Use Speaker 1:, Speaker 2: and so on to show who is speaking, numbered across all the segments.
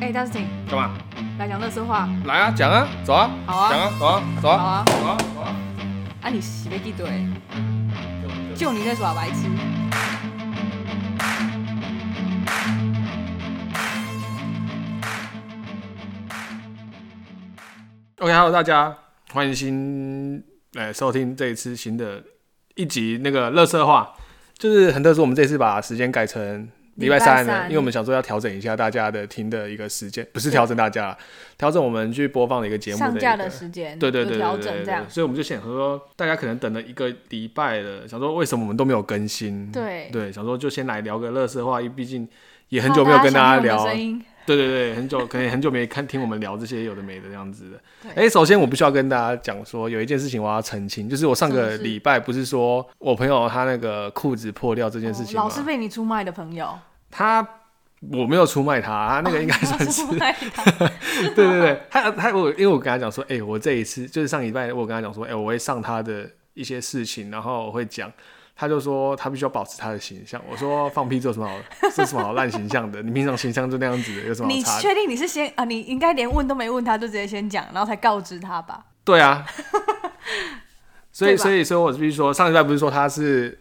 Speaker 1: 哎、大师请
Speaker 2: 干嘛？
Speaker 1: 来讲乐色话，
Speaker 2: 来啊，讲啊，走啊，
Speaker 1: 好啊
Speaker 2: 讲啊，走啊，走
Speaker 1: 好
Speaker 2: 啊，
Speaker 1: 啊！
Speaker 2: 走啊，走啊。
Speaker 1: 啊，你洗被地怼，就你在耍白痴。
Speaker 2: OK，Hello，、大家，欢迎新来收听这一次新的一集那个乐色话，就是很特殊，我们这次把时间改成礼拜三
Speaker 1: 礼拜三
Speaker 2: 了，因为我们想说要调整一下大家的听的一个时间，不是调整大家啦，调整我们去播放的一个节目
Speaker 1: 上
Speaker 2: 一
Speaker 1: 架
Speaker 2: 个
Speaker 1: 的时间
Speaker 2: 对对
Speaker 1: 有
Speaker 2: 对
Speaker 1: 调
Speaker 2: 对
Speaker 1: 整
Speaker 2: 对
Speaker 1: 这样
Speaker 2: 对，，所以我们就想说，大家可能等了一个礼拜了，想说为什么我们都没有更新？
Speaker 1: 对
Speaker 2: 对，想说就先来聊个乐色话，因为毕竟也
Speaker 1: 也
Speaker 2: 很久没有跟
Speaker 1: 大
Speaker 2: 大家聊，啊
Speaker 1: 声音，
Speaker 2: 对对对，很久可能很久没看听我们聊这些有的没的这样子的。哎、
Speaker 1: 对
Speaker 2: 首先我必须要跟大家讲说，有一件事情我要澄清，就是我上
Speaker 1: 什么
Speaker 2: 个
Speaker 1: 事
Speaker 2: 礼拜不是说我朋友他那个裤子破掉这件事
Speaker 1: 哦
Speaker 2: 情吗？
Speaker 1: 老是被你出卖的朋友，
Speaker 2: 他我没有出卖他，他那个应该算 是
Speaker 1: 出卖他，
Speaker 2: 对对对，他他我因为我跟他讲说，哎、我这一次就是上礼拜我跟他讲说，哎、我会上他的一些事情，然后我会讲。他就说他必须要保持他的形象。我说放屁，这有什么好，这有什么好烂形象的？你平常形象就那样子的，有什么好
Speaker 1: 你
Speaker 2: 差的？
Speaker 1: 确定你是先啊？你应该连问都没问他，就直接先讲，然后才告知他吧？
Speaker 2: 对啊，所以
Speaker 1: 对吧
Speaker 2: 所以所以我必须说，上礼拜不是说他是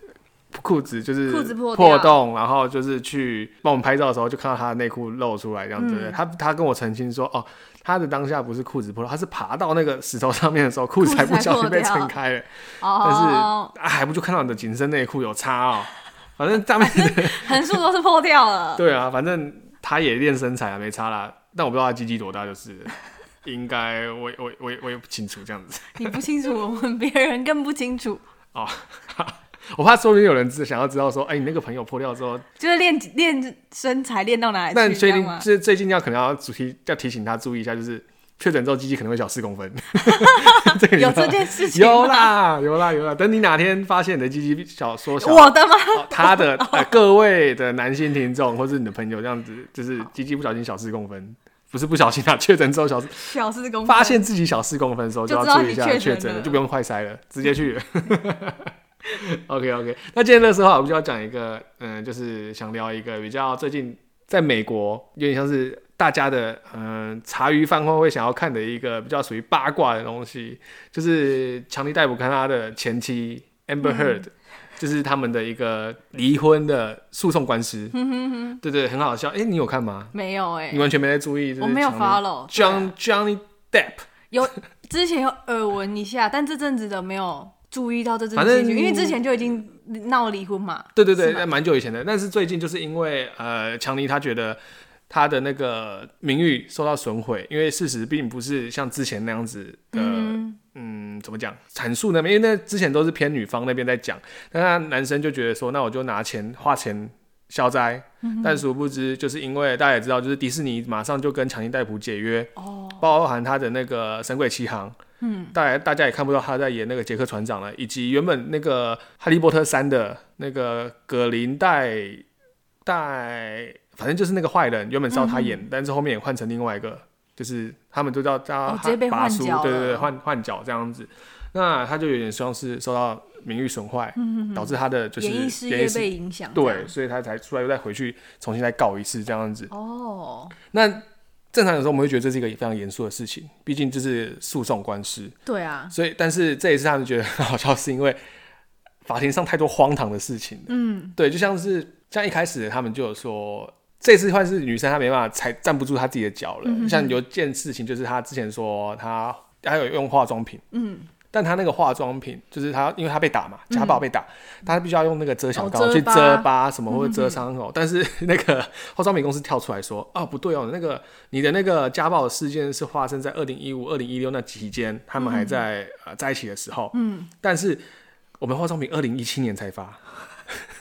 Speaker 2: 裤子就是
Speaker 1: 裤子破掉
Speaker 2: 破洞，然后就是去帮我们拍照的时候，就看到他的内裤露出来这样子。
Speaker 1: 嗯
Speaker 2: 他他跟我澄清说，哦，他的当下不是裤子破了，他是爬到那个石头上面的时候，裤
Speaker 1: 裤
Speaker 2: 子
Speaker 1: 子
Speaker 2: 还不
Speaker 1: 才
Speaker 2: 小
Speaker 1: 破
Speaker 2: 心被
Speaker 1: 掉
Speaker 2: 撑开了，但是、
Speaker 1: 哦，
Speaker 2: 啊、还不就看到你的紧身内裤有差哦，反 正上面的
Speaker 1: 横竖都是破掉了，
Speaker 2: 对啊，反正他也练身材啊，没差啦。但我不知道他鸡鸡多大，就是了应该我我我我也不清楚这样子。
Speaker 1: 你不清楚，我们别人更不清楚，
Speaker 2: 哦 我怕说不定有人只想要知道说，哎、你那个朋友破掉之后，
Speaker 1: 就是练练身材练到哪里哎
Speaker 2: 但
Speaker 1: 去，这
Speaker 2: 最
Speaker 1: 样
Speaker 2: 近
Speaker 1: 吗？
Speaker 2: 最最近要可能要主题要提醒他注意一下，就是确诊之后鸡鸡可能会小四 公分，这个你知
Speaker 1: 有
Speaker 2: 道
Speaker 1: 这件事情吗，
Speaker 2: 有啦有啦有啦，等你哪天发现你的鸡鸡小缩小，
Speaker 1: 我的吗？
Speaker 2: 哦他的、呃、各位的男性听众或是你的朋友这样子，就是鸡鸡不小心小四公分。不是不小心啊，确诊之后小四
Speaker 1: 小四公分
Speaker 2: 发现自己小四公分的时候，
Speaker 1: 就
Speaker 2: 要
Speaker 1: 知道
Speaker 2: 注意一
Speaker 1: 你
Speaker 2: 下
Speaker 1: 确
Speaker 2: 确
Speaker 1: 诊
Speaker 2: 诊
Speaker 1: 了
Speaker 2: 了，就不用快筛了，直接去。OK OK，那今天的时候我们就要讲一个，嗯，就是想聊一个比较最近在美国有点像是大家的嗯茶余饭后会想要看的一个比较属于八卦的东西，就是强尼戴普跟他的前妻
Speaker 1: 嗯
Speaker 2: Amber Heard，、就是他们的一个离婚的诉讼官司。
Speaker 1: 嗯
Speaker 2: 对对，很好笑。哎、你有看吗？
Speaker 1: 没有哎、
Speaker 2: 你完全没在注意，
Speaker 1: 我没有 follow
Speaker 2: follow
Speaker 1: 对啊
Speaker 2: John Johnny Depp。
Speaker 1: 有之前有耳闻一下，但这阵子的没有注意到这件
Speaker 2: 反
Speaker 1: 事
Speaker 2: 正
Speaker 1: 情，因为之前就已经闹离婚嘛。
Speaker 2: 对对对，
Speaker 1: 是吗
Speaker 2: 那蛮久以前的。但是最近就是因为呃，强尼他觉得他的那个名誉受到损毁，因为事实并不是像之前那样子的，嗯怎么讲阐述那边，因为那之前都是偏女方那边在讲，但他男生就觉得说，那我就拿钱花钱消灾。
Speaker 1: 嗯
Speaker 2: 但殊不知，就是因为大家也知道，就是迪士尼马上就跟强尼戴普解约，
Speaker 1: 哦，
Speaker 2: 包含他的那个《神鬼奇航》，嗯，大家大家也看不到他在演那个杰克船长了，以及原本那个《哈利波特三》的那个葛林戴戴，反正就是那个坏人，原本是要他
Speaker 1: 嗯
Speaker 2: 演，但是后面也换成另外一个，就是他们都叫叫
Speaker 1: 哦
Speaker 2: 他
Speaker 1: 直接被
Speaker 2: 拔
Speaker 1: 换
Speaker 2: 叔
Speaker 1: 角
Speaker 2: 对对对，
Speaker 1: 了
Speaker 2: 换换角这样子，那他就有点像是受到名誉损坏，导致他的就是
Speaker 1: 嗯演艺事
Speaker 2: 演
Speaker 1: 业被影响。
Speaker 2: 对，，所以他才出来又再回去重新再告一次这样子。
Speaker 1: 哦，
Speaker 2: 那正常有时候我们会觉得这是一个非常严肃的事情，毕竟就是诉讼官司，
Speaker 1: 对啊，
Speaker 2: 所以但是这也是他们觉得很好笑，是因为法庭上太多荒唐的事情了。
Speaker 1: 嗯，
Speaker 2: 对，就像是像一开始他们就有说，这次换是女生她没办法踩站不住她自己的脚
Speaker 1: 嗯
Speaker 2: 了。像有件事情就是她之前说她她有用化妆品，嗯，但她那个化妆品就是她因为她被打嘛，家暴被打，她必须要用那个遮瑕
Speaker 1: 嗯哦
Speaker 2: 膏
Speaker 1: 遮
Speaker 2: 去
Speaker 1: 疤嗯
Speaker 2: 遮疤什么或者遮伤口，但是 那个化妆品公司跳出来说啊不对哦，那个你的那个家暴事件是发生在二零一五、二零一六那期间，他
Speaker 1: 嗯
Speaker 2: 们还在、呃在一起的时候，嗯，但是我们化妆品二零一七年才发。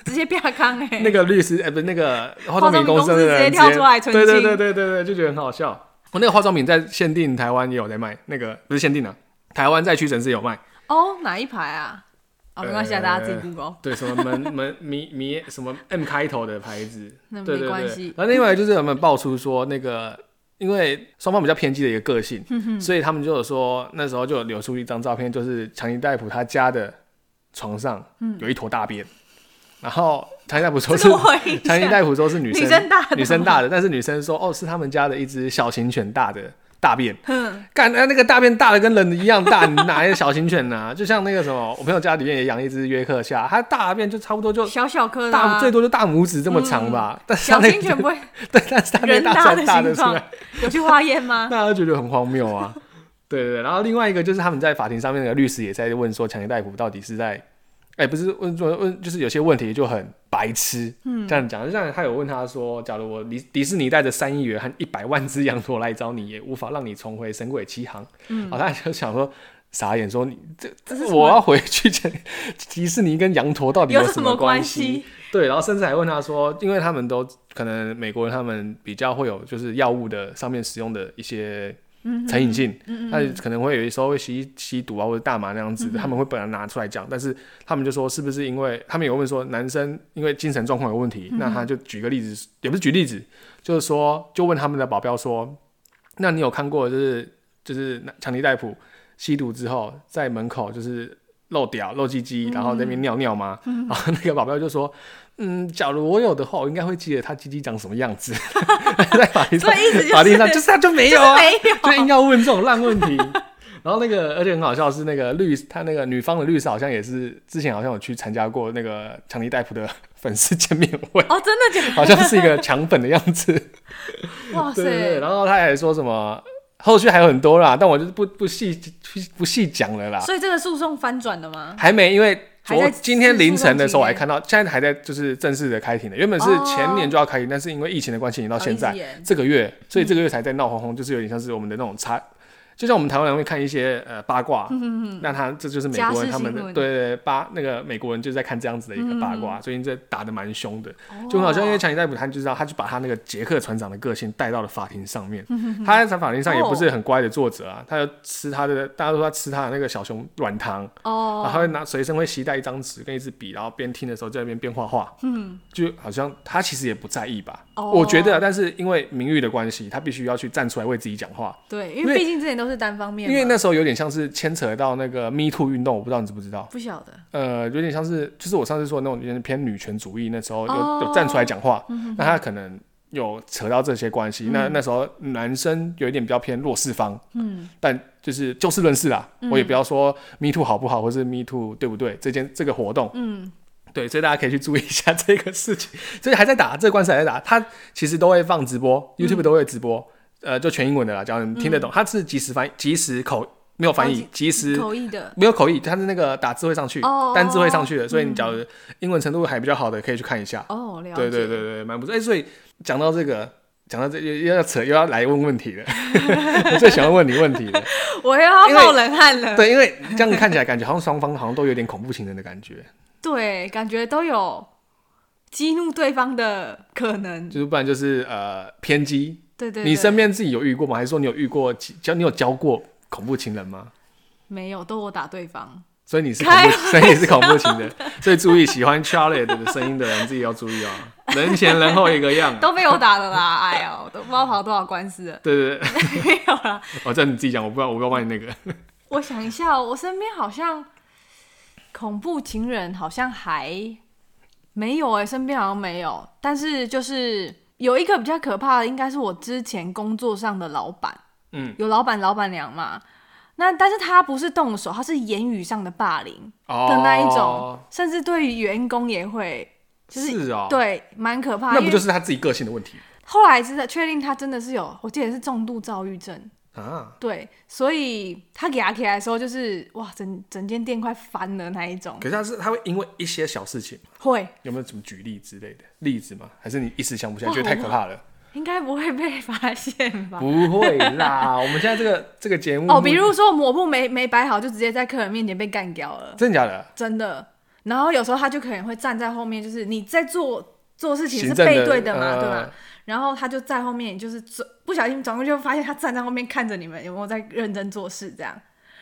Speaker 1: 直接变康哎、
Speaker 2: 那个律师，哎、不是那个化妆品司的
Speaker 1: 化妆品
Speaker 2: 人
Speaker 1: 公司直接跳出来澄清
Speaker 2: 对对对对对对，就觉得很好笑。我那个化妆品在限定台湾也有在卖，那个不是限定啊，台湾在屈臣氏有卖，
Speaker 1: 哦，哪一排啊？哦，没关系啊，
Speaker 2: 呃
Speaker 1: 大家自己 Google。
Speaker 2: 对，什么 门门迷迷什么 M 开头的牌子，
Speaker 1: 那没
Speaker 2: 对对
Speaker 1: 关
Speaker 2: 对
Speaker 1: 系。
Speaker 2: 然后另外就是我们爆出说那个。因为双方比较偏激的一个个性，
Speaker 1: 嗯
Speaker 2: 所以他们就有说那时候就有流
Speaker 1: 嗯
Speaker 2: 出一张照片，就是强尼戴普他家的床上有一坨大便，然后长颈大捕
Speaker 1: 这
Speaker 2: 舟 是
Speaker 1: 个我 有印
Speaker 2: 长颈
Speaker 1: 象。
Speaker 2: 大捕舟是女生
Speaker 1: 女生大的
Speaker 2: 女生大的，但是女生说哦是他们家的一只小型犬大的大便，
Speaker 1: 哼，
Speaker 2: 干那那个大便大的跟人一样大，你哪来的小型犬呢、啊就像那个什么，我朋友家里面也养一只约克夏，它大便就差不多就
Speaker 1: 小小颗的、
Speaker 2: 大
Speaker 1: 啊，
Speaker 2: 最多就大拇指这么长吧，但是它
Speaker 1: 嗯小
Speaker 2: 那
Speaker 1: 型犬不会
Speaker 2: 对，但是它那
Speaker 1: 人
Speaker 2: 大
Speaker 1: 大
Speaker 2: 出来
Speaker 1: 的
Speaker 2: 大的
Speaker 1: 形
Speaker 2: 出来
Speaker 1: 状，，有去化验吗？
Speaker 2: 大家觉得很荒谬啊。 对对对，然后另外一个就是他们在法庭上面的律师也在问说，强尼戴普到底是在，哎，不是问问问，就是有些问题就很白痴，嗯，这样讲，就像他有问他说，假如我迪迪士尼带着三亿元和一百万只羊驼来找你，也无法让你重回神鬼奇航，嗯，好，他就想说。傻眼说你这
Speaker 1: 这是什么
Speaker 2: 我要回去讲迪士尼跟羊驼 到底
Speaker 1: 有
Speaker 2: 什
Speaker 1: 什么
Speaker 2: 关
Speaker 1: 关系？
Speaker 2: 对，然后甚至还问他说，因为他们都可能美国人他们比较会有就是药物的上面使用的一些成瘾性，
Speaker 1: 嗯
Speaker 2: 他、可能会有时候会吸吸毒啊或者大麻那样子的，他们会本来拿出来讲，但是他们就说是不是因为他们有问说男生因为精神状况有问题，
Speaker 1: 嗯
Speaker 2: 那他就举个例子，也不是举例子，就是说就问他们的保镖说，那你有看过就是就是强尼戴普吸毒之后在门口就是露屌露鸡鸡，然后在那
Speaker 1: 嗯
Speaker 2: 边尿尿吗？然后那个保镖就说。嗯，假如我有的话，我应该会记得他鸡鸡长什么样 子。在法庭上
Speaker 1: 所，以意思就是
Speaker 2: 法庭上就是他就没有啊，
Speaker 1: 没有，
Speaker 2: 就硬要问这种烂问题。然后那个，而且很好笑的是，那个律他那个女方的律师好像也是之前好像有去参加过那个强尼戴普的粉丝见面会，
Speaker 1: 哦，真的假的？
Speaker 2: 好像是一个强粉的样 子。
Speaker 1: 哦哇
Speaker 2: 对对对，
Speaker 1: 塞！
Speaker 2: 然后他还说什么，后续还有很多啦，但我就是不不细不细讲了啦，
Speaker 1: 所以这个诉讼翻转了吗？
Speaker 2: 还没，因为。昨
Speaker 1: 还在
Speaker 2: 今天凌晨的时候，我还
Speaker 1: 诉讼期间
Speaker 2: 看到，现在还在就是正式的开庭的，原本是
Speaker 1: 哦
Speaker 2: 前年就要开庭，但是因为疫情的关系，延到现在
Speaker 1: 哦一直，延
Speaker 2: 这个月，所以这个月才在闹哄哄，就是有点像是我们的那种差，就像我们台湾人会看一些呃八卦，那他这就是
Speaker 1: 嗯
Speaker 2: 美
Speaker 1: 家
Speaker 2: 国人
Speaker 1: 事
Speaker 2: 他们
Speaker 1: 新
Speaker 2: 的
Speaker 1: 闻嗯
Speaker 2: 对对对八那个美国人就是在看这样子的一个八卦，最近这打的蛮凶的，
Speaker 1: 哦
Speaker 2: 就很好笑，因为强尼戴普他就知道，他就把他那个捷克船长的个性带到了法庭上面，
Speaker 1: 嗯
Speaker 2: 他在法庭上也不是
Speaker 1: 哦
Speaker 2: 很乖的作者啊，他就吃他的，大家都说他吃他的那个小熊软糖，然后
Speaker 1: 哦，
Speaker 2: 他会拿随身会携带一张纸跟一支笔，然后边听的时候在那边边画画，嗯，就好像他其实也不在意吧，
Speaker 1: 哦
Speaker 2: 我觉得啊，但是因为名誉的关系，他必须要去站出来为自己讲话，
Speaker 1: 对，
Speaker 2: 因
Speaker 1: 因
Speaker 2: 为
Speaker 1: 为毕竟之前都是单方面
Speaker 2: 因
Speaker 1: 嘛，
Speaker 2: 为那时候有点像是牵扯到那个 Me Too 运动，我不知道你知不知道，
Speaker 1: 不晓得
Speaker 2: 呃，有点像是就是我上次说的那种有点偏女权主义，那时候有、
Speaker 1: 哦
Speaker 2: 有站出来讲话，那他可能。有扯到这些关系，那那时候男生有一点比较偏弱势方，嗯，但就是就事论事啦，我也不要说 Me Too 好不好，或是 Me Too 对不对，这件这个活动，嗯，对，所以大家可以去注意一下 这个事情，所以还在打这个官司还在打，他其实都会放直播，YouTube 都会直播，呃，就全英文的啦，只要你听得懂，他是即时翻即时口没有翻
Speaker 1: 哦
Speaker 2: 译
Speaker 1: 即，
Speaker 2: 即时
Speaker 1: 口译的
Speaker 2: 没有口译，它是那个打字会上去，
Speaker 1: 哦
Speaker 2: 单字会上去的，所以你假如英文程度还比较好的，可以去看一下。
Speaker 1: 哦，了解。
Speaker 2: 对对对对，蛮不错。哎、所以讲到这个，讲到这又又要扯，又要来问问题了。 我最喜欢问你问题 了。
Speaker 1: 我又要
Speaker 2: 因为
Speaker 1: 冒冷汗了。
Speaker 2: 对，因为这样看起来感觉好像双方好像都有点恐怖情人的感觉，
Speaker 1: 对，感觉都有激怒对方的可能。
Speaker 2: 就是不然就是呃偏激。
Speaker 1: 对对对，
Speaker 2: 你身边自己有遇过吗？还是说你有遇过几教你有教过恐怖情人吗？
Speaker 1: 没有，都我打对方。
Speaker 2: 所以你是恐怖，所以你是恐怖情人，所以注意喜欢 Charlotte 的声音的人自己要注意哦，人前人后一个样啊。。
Speaker 1: 都被我打的啦！哎呀，我都不知道跑多少官司了
Speaker 2: 对对对，
Speaker 1: 没有啦，
Speaker 2: 哦，这你自己讲，我不知道，我不要帮你 那个。
Speaker 1: 我想一下哦，我身边好像恐怖情人好像还没有哎、身边好像没有。但是就是有一个比较可怕的，应该是我之前工作上的老板，
Speaker 2: 嗯，
Speaker 1: 有老板老板娘嘛。那但是他不是动手，他是言语上的霸凌
Speaker 2: 哦
Speaker 1: 的那一种，，甚至对于员工也会，就是
Speaker 2: 是哦，，
Speaker 1: 对，蛮可怕。
Speaker 2: 那不
Speaker 1: 因为
Speaker 2: 就是他自己个性的问题
Speaker 1: 后来真的确定他真的是有，我记得是重度躁郁症。
Speaker 2: 啊？
Speaker 1: 对，所以他给他起来的时候，就是哇，整整间店快翻了那一种。
Speaker 2: 可是他是他会因为一些小事情，
Speaker 1: 会，
Speaker 2: 有没有什么举例之类的例子吗？还是你一时想不起来，觉得太可怕了？
Speaker 1: 应该不会被发现 吧？
Speaker 2: 不会 啦，我们现在这个这个节目
Speaker 1: 哦，比如说抹布没没摆好，就直接在客人面前被干掉了，
Speaker 2: 真的假的？
Speaker 1: 真的。然后有时候他就可能会站在后面，就是你在做做事情
Speaker 2: 行
Speaker 1: 是
Speaker 2: 政
Speaker 1: 背对的嘛，
Speaker 2: 呃
Speaker 1: 对吧？然后他就在后面，就是转不小心转过去，就发现他站在后面看着你们有没有在认真做事这样。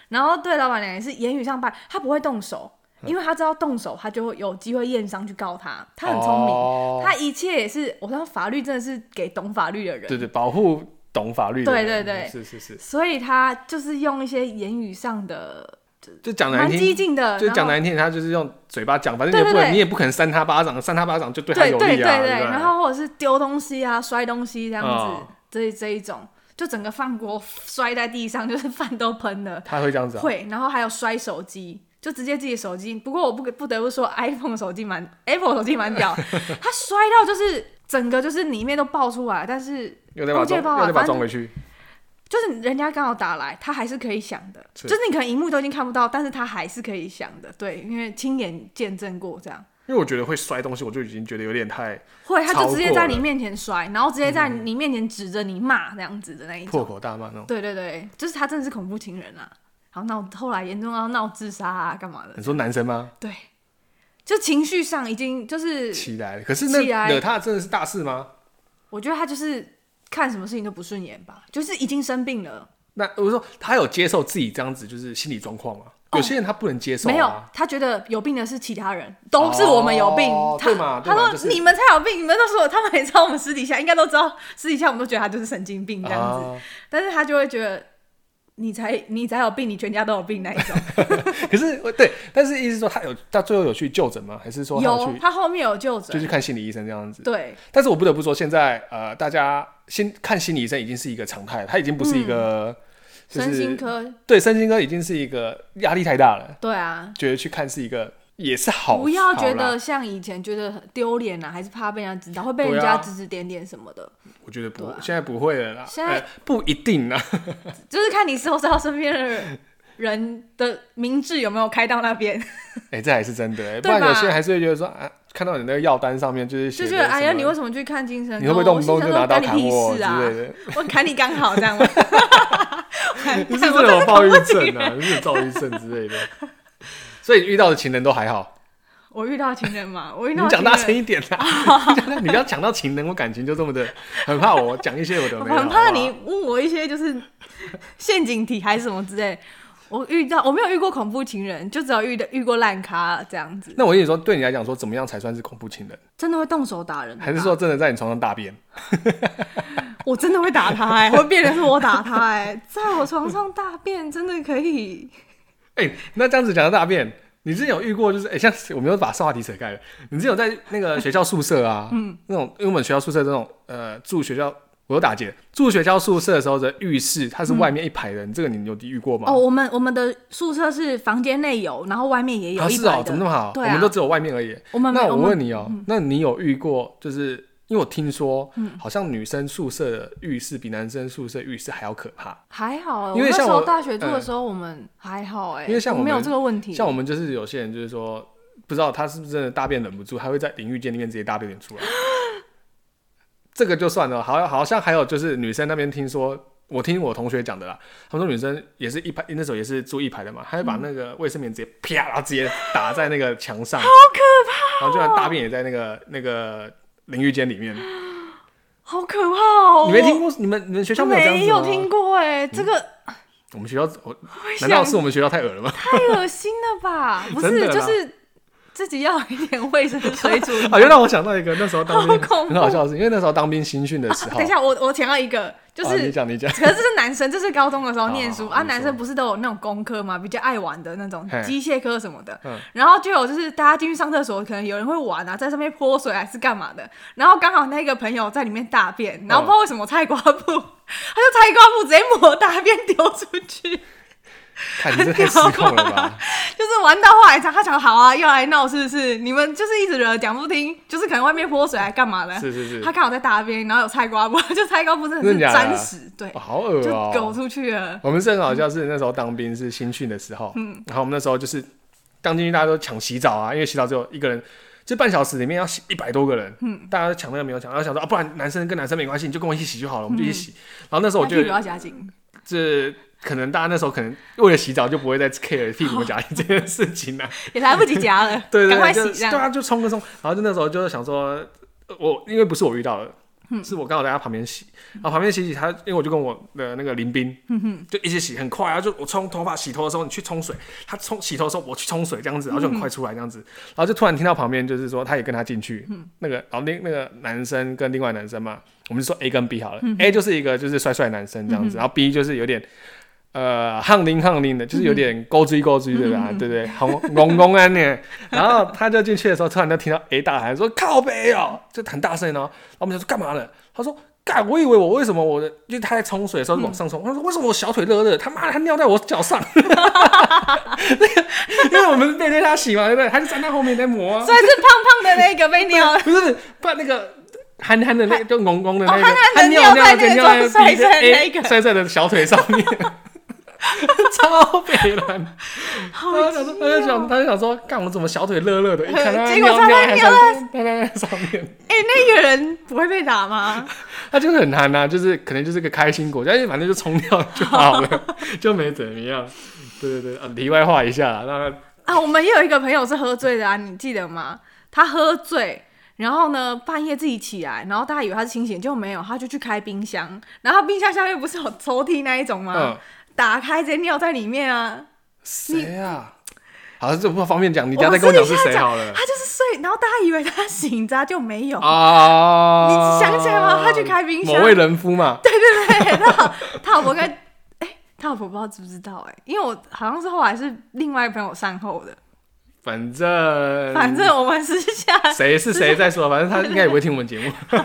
Speaker 1: 然后对老板娘也是言语上吧，他不会动手，
Speaker 2: 嗯
Speaker 1: 因为他知道动手他就会有机会验伤去告他，他很聪明，
Speaker 2: 哦
Speaker 1: 他一切也是我说法律真的是给懂法律的人，
Speaker 2: 对对，保护懂法律的人，
Speaker 1: 对对对
Speaker 2: 是是是，
Speaker 1: 所以他就是用一些言语上的
Speaker 2: 就讲难
Speaker 1: 蛮激
Speaker 2: 听，
Speaker 1: 进的，
Speaker 2: 就讲
Speaker 1: 然后
Speaker 2: 难听，他就是用嘴巴讲，反正你也不
Speaker 1: 对对
Speaker 2: 能，
Speaker 1: 对
Speaker 2: 你也不可能扇他巴掌，扇他巴掌就对他
Speaker 1: 对
Speaker 2: 有
Speaker 1: 对对
Speaker 2: 利啊，
Speaker 1: 对，
Speaker 2: 不
Speaker 1: 然后或者是丢东西啊、摔东西这样
Speaker 2: 哦
Speaker 1: 子，这这一种，就整个饭锅摔在地上，就是饭都喷了。
Speaker 2: 他会这样子啊，
Speaker 1: 会，然后还有摔手机，就直接自己手机。不过我不不得不说，iPhone 手机蛮 Apple 手机蛮屌，它摔到就是整个就是里面都爆出来，但是
Speaker 2: 又再把
Speaker 1: 我记
Speaker 2: 装，
Speaker 1: 得吧
Speaker 2: 又再把
Speaker 1: 反正
Speaker 2: 装回去，
Speaker 1: 就是人家刚好打来，它还是可以响的，
Speaker 2: 是
Speaker 1: 就是你可能荧幕都已经看不到，但是它还是可以响的。对，因为亲眼见证过这样。
Speaker 2: 因为我觉得会摔东西，我就已经觉得有点太
Speaker 1: 会，他
Speaker 2: 超
Speaker 1: 就直接
Speaker 2: 过
Speaker 1: 在
Speaker 2: 了
Speaker 1: 你面前摔，然后直接在你面前指着你骂那样子的那一
Speaker 2: 破
Speaker 1: 种。
Speaker 2: 口大骂那种。
Speaker 1: 对对对，就是他真的是恐怖情人啊！然后闹后来严重到闹自杀啊，干嘛的？
Speaker 2: 你说男生吗？
Speaker 1: 对，就情绪上已经就是，
Speaker 2: 起来了，可是那
Speaker 1: 起来
Speaker 2: 惹他真的是大事吗？
Speaker 1: 我觉得他就是看什么事情都不顺眼吧，就是已经生病了，
Speaker 2: 那我说他有接受自己这样子，就是心理状况吗？
Speaker 1: 哦
Speaker 2: 有些人他不能接受、啊，
Speaker 1: 没有，他觉得有病的是其他人，都是我们有病。
Speaker 2: 哦
Speaker 1: 他
Speaker 2: 对嘛对
Speaker 1: 他
Speaker 2: 嘛
Speaker 1: 说、
Speaker 2: 就是
Speaker 1: 你们才有病，你们都说他们也知道我们私底下应该都知道，私底下我们都觉得他就是神经病这样子。
Speaker 2: 啊
Speaker 1: 但是他就会觉得你才你才有病，你全家都有病那一 种。
Speaker 2: 可是对，但是意思是说他有到最后有去就诊吗？还是说他
Speaker 1: 有
Speaker 2: 去
Speaker 1: 他后面有就
Speaker 2: 就
Speaker 1: 诊，
Speaker 2: 去看心理医生这样子？
Speaker 1: 对
Speaker 2: 但是我不得不说，现在呃，大家先看心理医生已经是一个常态了，他已经不是一个、就是
Speaker 1: 嗯身心科，
Speaker 2: 对身心科已经是一个压力太大了，
Speaker 1: 对啊，
Speaker 2: 觉得去看是一个也是好，
Speaker 1: 不要
Speaker 2: 好
Speaker 1: 觉
Speaker 2: 啦
Speaker 1: 得像以前觉得很丢脸啊，还是怕被人家知道，会被
Speaker 2: 对
Speaker 1: 人家
Speaker 2: 啊
Speaker 1: 指指点点什么的，
Speaker 2: 我觉得不、
Speaker 1: 对啊
Speaker 2: 现在不会了啦，
Speaker 1: 现在
Speaker 2: 呃、不一定啦。
Speaker 1: 就是看你是不是要身边的人的明智有没有开到那边，
Speaker 2: 哎、这还是真的、欸，不
Speaker 1: 对吧
Speaker 2: 然有些人还是会觉得说，啊，看到你那个药单上面就是写
Speaker 1: 就
Speaker 2: 的
Speaker 1: 觉得哎呀，
Speaker 2: 什么
Speaker 1: 你为什么去看精神科？
Speaker 2: 你会不会动不动就拿刀
Speaker 1: 我心
Speaker 2: 砍
Speaker 1: 想说
Speaker 2: 我
Speaker 1: 干你屁
Speaker 2: 之
Speaker 1: 事啊！
Speaker 2: 类的？
Speaker 1: 我砍你刚好这样吗？
Speaker 2: 你是这种暴郁症啊， 你是躁郁症之类的。 所以遇到的情人都还好，
Speaker 1: 我遇到情人嘛，我遇
Speaker 2: 你
Speaker 1: 到
Speaker 2: 讲
Speaker 1: 情
Speaker 2: 大声
Speaker 1: 人，
Speaker 2: 一点啦！ 你讲大你不要讲到情人，我感情就这么的，很怕我 讲一些有的
Speaker 1: 我
Speaker 2: 没有。
Speaker 1: 很怕你
Speaker 2: 好
Speaker 1: 问我一些就是陷阱题还是什么之类。我遇到我没有遇过恐怖情人，就只有遇到遇过烂咖这样子
Speaker 2: 不好。，那我跟你说，对你来讲说，怎么样才算是恐怖情人？
Speaker 1: 真的会动手打人的吧。
Speaker 2: 还是说真的在你床上大便？
Speaker 1: 我真的会打 他、欸？会变成是我打他、哎，在我床上大便真的可以？
Speaker 2: 哎、那这样子讲到大便，你之前有遇过就是哎、像我们又把话题扯开了，你之前有在那个学校宿舍啊， 嗯，那种因为我们学校宿舍这种呃住学校，我有打劫住学校宿舍的时候的浴室，它是外面一排的，你这个你有遇过吗？
Speaker 1: 嗯哦，我们我们的宿舍是房间内有，然后外面也有
Speaker 2: 啊
Speaker 1: 一
Speaker 2: 是哦
Speaker 1: 百，
Speaker 2: 怎
Speaker 1: 的。
Speaker 2: 么那么好？
Speaker 1: 对啊
Speaker 2: 我们都只有外面而已。
Speaker 1: 我们没
Speaker 2: 那
Speaker 1: 我
Speaker 2: 我
Speaker 1: 们
Speaker 2: 问你哦、
Speaker 1: 嗯
Speaker 2: 那你有遇过就是因为我听说，好像女生宿舍的浴室比男生宿舍浴室还要可怕。
Speaker 1: 还好、欸，
Speaker 2: 因为
Speaker 1: 我那
Speaker 2: 像
Speaker 1: 时候
Speaker 2: 我
Speaker 1: 大学住的
Speaker 2: 嗯
Speaker 1: 时候，我们还好哎、
Speaker 2: 因为像
Speaker 1: 我没有
Speaker 2: 我们
Speaker 1: 这个问题，
Speaker 2: 像我们就是有些人就是说，不知道他是不是真的大便忍不住，他会在淋浴间里面直接大便出来。这个就算了，好好像还有就是女生那边听说，我听我同学讲的啦，他们说女生也是一排，那时候也是住一排的嘛，她会
Speaker 1: 嗯
Speaker 2: 把那个卫生棉直接啪，然后直接打在那个墙上，好可怕、然后就大
Speaker 1: 哦
Speaker 2: 便也在那个那个淋浴间里面，
Speaker 1: 好可怕哦、
Speaker 2: 你没听
Speaker 1: 我
Speaker 2: 过？你们你们学校没有这样
Speaker 1: 没
Speaker 2: 子
Speaker 1: 有
Speaker 2: 吗？嗯
Speaker 1: 听过哎、这个
Speaker 2: 我们学校，我
Speaker 1: 想
Speaker 2: 难道是我们学校太恶了吗？
Speaker 1: 太恶心了 吧？不
Speaker 2: 真的
Speaker 1: 是，
Speaker 2: 啦
Speaker 1: 就是自己要有一点卫生水煮
Speaker 2: 啊，又让我想到一个那时候 当兵
Speaker 1: 好啊恐怖
Speaker 2: 很好笑的事，因为那时候当兵新训的时候，
Speaker 1: 等一下，我我想到一个，就
Speaker 2: 啊你
Speaker 1: 是。
Speaker 2: 讲你讲，
Speaker 1: 可是这是男生，这是高中的时候
Speaker 2: 好
Speaker 1: 念
Speaker 2: 好
Speaker 1: 书
Speaker 2: 好
Speaker 1: 啊。
Speaker 2: 你
Speaker 1: 男
Speaker 2: 说
Speaker 1: 生不是都有那种工科嘛，比较爱玩的那种
Speaker 2: 嘿
Speaker 1: 机械科什么的
Speaker 2: 嗯。
Speaker 1: 然后就有就是大家进去上厕所，可能有人会玩啊，在上面泼水还是干嘛的。然后刚好那个朋友在里面大便，然后不
Speaker 2: 嗯
Speaker 1: 知道为什么菜瓜布，他就 菜瓜布直接抹大便丢出去，
Speaker 2: 看你这太失控了吧？
Speaker 1: 就是玩到后来他想好啊，又来闹是不是？你们就是一直惹讲不听，就是可能外面泼水还干嘛的。
Speaker 2: 是是是，
Speaker 1: 他刚好在大便，然后有菜瓜布， 就菜瓜布真的
Speaker 2: 真
Speaker 1: 是
Speaker 2: 的假的
Speaker 1: 沾屎，对
Speaker 2: 哦，好恶
Speaker 1: 就
Speaker 2: 哦、
Speaker 1: 狗出去了。
Speaker 2: 我们是很好笑，是那时候当兵是新训的时候，嗯，然后我们那时候就是刚进去，大家都抢洗澡啊，因为洗澡只有一个人，这半小时里面要洗一百多个人，嗯，大家都抢那个没有抢，然后想说啊，不然男生跟男生没关系，你就跟我一起洗就好了，我们就一起
Speaker 1: 嗯
Speaker 2: 洗。然后那时候我
Speaker 1: 那屁
Speaker 2: 就
Speaker 1: 股要夹紧，
Speaker 2: 这可能大家那时候可能为了洗澡就不会再 care 屁 股夹 这件事情啊了、
Speaker 1: 也来不及夹了
Speaker 2: ，对对
Speaker 1: 赶快
Speaker 2: 对，
Speaker 1: 洗
Speaker 2: 就
Speaker 1: 这
Speaker 2: 对
Speaker 1: 样。
Speaker 2: 啊，就冲个冲。然后就那时候就是想说，呃我因为不是我遇到的，
Speaker 1: 嗯
Speaker 2: 是我刚好在他旁边洗，然后旁边洗洗他，因为我就跟我的那个林斌，
Speaker 1: 嗯
Speaker 2: 就一起洗，很快啊，就我冲头发洗头的时候你去冲水，他冲洗头的时候我去冲水这样子，然
Speaker 1: 嗯
Speaker 2: 后就很快出来这样子，然后就突然听到旁边就是说他也跟他进去，
Speaker 1: 嗯
Speaker 2: 那个然后另那个男生跟另外男生嘛，我们就说 A 跟 B 好了、a 就是一个就是帅帅男生这样子，然后 B 就是有点。呃，汗淋汗淋的，就是有点勾追勾追的啦，对不对？红公公安呢，然后他就进去的时候，突然就听到 A 大喊说：“靠背哦！”就很大声哦。然后我们就说：“干嘛呢？”他说：“干，我以为我为什么我的，就是他在冲水的时候往上冲，他说为什么我小腿热热？他妈的，他尿在我脚上， 因为我们背对他洗嘛，对不对？他就站在后面在磨啊
Speaker 1: 所，以是胖胖的那个被尿了，
Speaker 2: 不是把那个。”憨憨的那就公公的那个，
Speaker 1: 哦憨憨的
Speaker 2: 他
Speaker 1: 尿在
Speaker 2: 尿
Speaker 1: 那个帅
Speaker 2: 尿在
Speaker 1: 帅的
Speaker 2: 鼻子
Speaker 1: 那个
Speaker 2: A- 帅帅的小腿上 面，超北蓝。
Speaker 1: 好
Speaker 2: 他
Speaker 1: 奇哦
Speaker 2: 想说，他就想，
Speaker 1: 妙。
Speaker 2: 他就想说，干我怎么小腿热热的？一看他
Speaker 1: 结果
Speaker 2: 尿
Speaker 1: 他
Speaker 2: 尿
Speaker 1: 在
Speaker 2: 还
Speaker 1: 尿
Speaker 2: 上
Speaker 1: 在
Speaker 2: 尿在上面，
Speaker 1: 哎、那个人不会被打 吗？
Speaker 2: 他就是很憨呐，就是可能就是个开心果，但是反正就冲掉就 好了，就没怎么样。对对对，啊，题外话一下啦，让他
Speaker 1: 啊，我们也有一个朋友是喝醉的啊，你记得吗？他喝醉，然后呢半夜自己起来，然后大家以为他是清醒，结果没有，他就去开冰箱，然后冰箱下面不是有抽屉那一种吗？
Speaker 2: 嗯，
Speaker 1: 打开直接尿在里面啊！
Speaker 2: 谁啊？好，这不方便讲，你
Speaker 1: 我
Speaker 2: 等下再
Speaker 1: 们
Speaker 2: 跟我
Speaker 1: 私底下
Speaker 2: 讲是谁
Speaker 1: 讲
Speaker 2: 好了
Speaker 1: 他。就是睡，然后大家以为他醒着啊，就没有。
Speaker 2: 啊
Speaker 1: 你想起来吗他去开冰箱
Speaker 2: 某位人夫嘛，
Speaker 1: 对对对，他老他老婆该，哎、他老婆不知道知不知道哎、因为我好像是后来是另外一个朋友善后的，
Speaker 2: 反正
Speaker 1: 反正我们私下
Speaker 2: 谁是谁再说，反正他应该也不会听我们节目。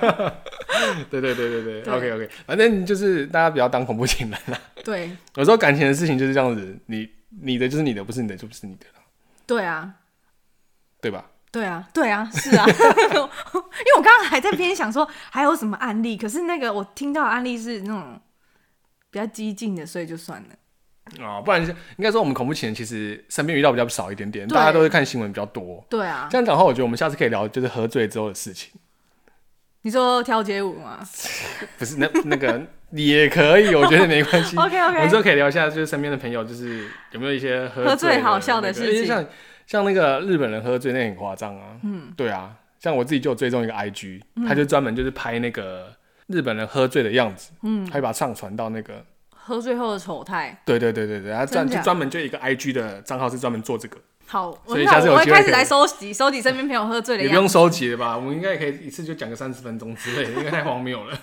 Speaker 2: 对对对对对
Speaker 1: 对
Speaker 2: o k OK，反正就是大家不要当恐怖情人啦。
Speaker 1: 对
Speaker 2: 有时候感情的事情就是这样子，你你的就是你的，不是你的就不是你的了，
Speaker 1: 对啊，
Speaker 2: 对吧？
Speaker 1: 对啊，对啊，是啊，因为我刚刚还在边想说还有什么案例，可是那个我听到的案例是那种比较激进的，所以就算了。哦
Speaker 2: 啊、不然就应该说我们恐怖情人其实身边遇到比较少一点点，
Speaker 1: 对
Speaker 2: 大家都是看新闻比较多。
Speaker 1: 对啊，
Speaker 2: 这样讲的话，我觉得我们下次可以聊就是喝醉之后的事情，
Speaker 1: 你说跳街舞吗？
Speaker 2: 不是那那个也可以，我觉得没关系。
Speaker 1: OK，OK
Speaker 2: 我们之后可以聊一下，就是身边的朋友，就是有没有一些喝
Speaker 1: 喝醉
Speaker 2: 的
Speaker 1: 好笑的
Speaker 2: 那个
Speaker 1: 事情
Speaker 2: 因为像像那个日本人喝醉那也很夸张啊，嗯，对啊，像我自己就有追踪一个 IG，、他
Speaker 1: 嗯
Speaker 2: 就专门就是拍那个日本人喝醉的样子，嗯，他就把它上传到那个
Speaker 1: 喝醉后的丑态。
Speaker 2: 对对对对对，他专
Speaker 1: 真假啊
Speaker 2: 就专门就一个 IG 的账号是专门做这个，
Speaker 1: 好，我
Speaker 2: 所以
Speaker 1: 那
Speaker 2: 下次有
Speaker 1: 我会
Speaker 2: 机会
Speaker 1: 开始
Speaker 2: 可以
Speaker 1: 来收集收集身边朋友喝醉的
Speaker 2: 也不
Speaker 1: 样
Speaker 2: 用
Speaker 1: 子。
Speaker 2: 收集了吧？我们应该也可以一次就讲个三十分钟之 类的，应该太荒谬了。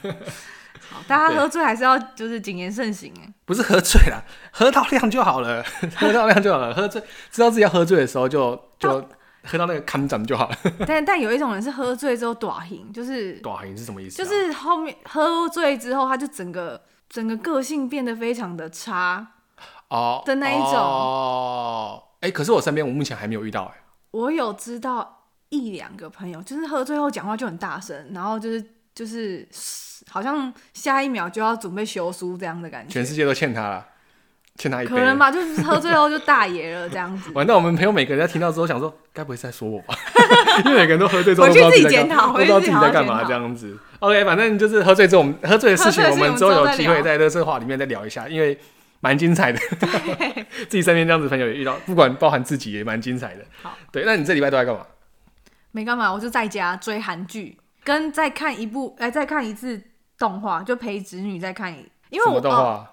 Speaker 1: 好大家喝醉还是要就是谨言慎行哎。
Speaker 2: 不是喝醉啦，喝到量就好了， 喝到量就好了。喝醉知道自己要喝醉的时候就就
Speaker 1: 哦
Speaker 2: 喝到那个看展就好了。
Speaker 1: 但但有一种人是喝醉之后短行，就是
Speaker 2: 短行是什么意思、
Speaker 1: 就
Speaker 2: 啊？
Speaker 1: 是后面喝醉之后，他就整个整个个性变得非常的差。
Speaker 2: 哦
Speaker 1: 的那一种
Speaker 2: 哦，哎、可是我身边我目前还没有遇到 哎、
Speaker 1: 我有知道一两个朋友，就是喝醉后讲话就很大声，然后就是就是好像下一秒就要准备休书这样的感觉
Speaker 2: 全，世界都欠他了，欠他一杯。
Speaker 1: 可。能吧，就是喝醉后就大爷了这样子
Speaker 2: 完蛋，我们朋友每个人在听到之后想说，该不会是在说我 吧？因为每个人都喝醉之后
Speaker 1: 回去
Speaker 2: 都不知道
Speaker 1: 自己
Speaker 2: 在
Speaker 1: 检
Speaker 2: 干嘛，
Speaker 1: 讨
Speaker 2: 都不知道
Speaker 1: 回去
Speaker 2: 自
Speaker 1: 自己
Speaker 2: 己
Speaker 1: 好
Speaker 2: 在
Speaker 1: 好
Speaker 2: 干嘛
Speaker 1: 检讨
Speaker 2: 这样子。OK，反正就是喝醉之后，我们喝醉的事情，
Speaker 1: 喝醉的
Speaker 2: 我
Speaker 1: 事情
Speaker 2: 们之后
Speaker 1: 我
Speaker 2: 有
Speaker 1: 们之
Speaker 2: 机
Speaker 1: 后再
Speaker 2: 会在乐色话里面再聊一下，因为蛮精彩的。 自己身边这样子的朋友也遇到，不管包含自己也蛮精彩的。
Speaker 1: 好，
Speaker 2: 对，那你这礼拜都在干嘛？
Speaker 1: 没干嘛，我就在家追韩剧，跟再看一部，哎、再看一次动画，就陪侄女再看一，因为
Speaker 2: 什
Speaker 1: 我
Speaker 2: 么动
Speaker 1: 哦
Speaker 2: 画？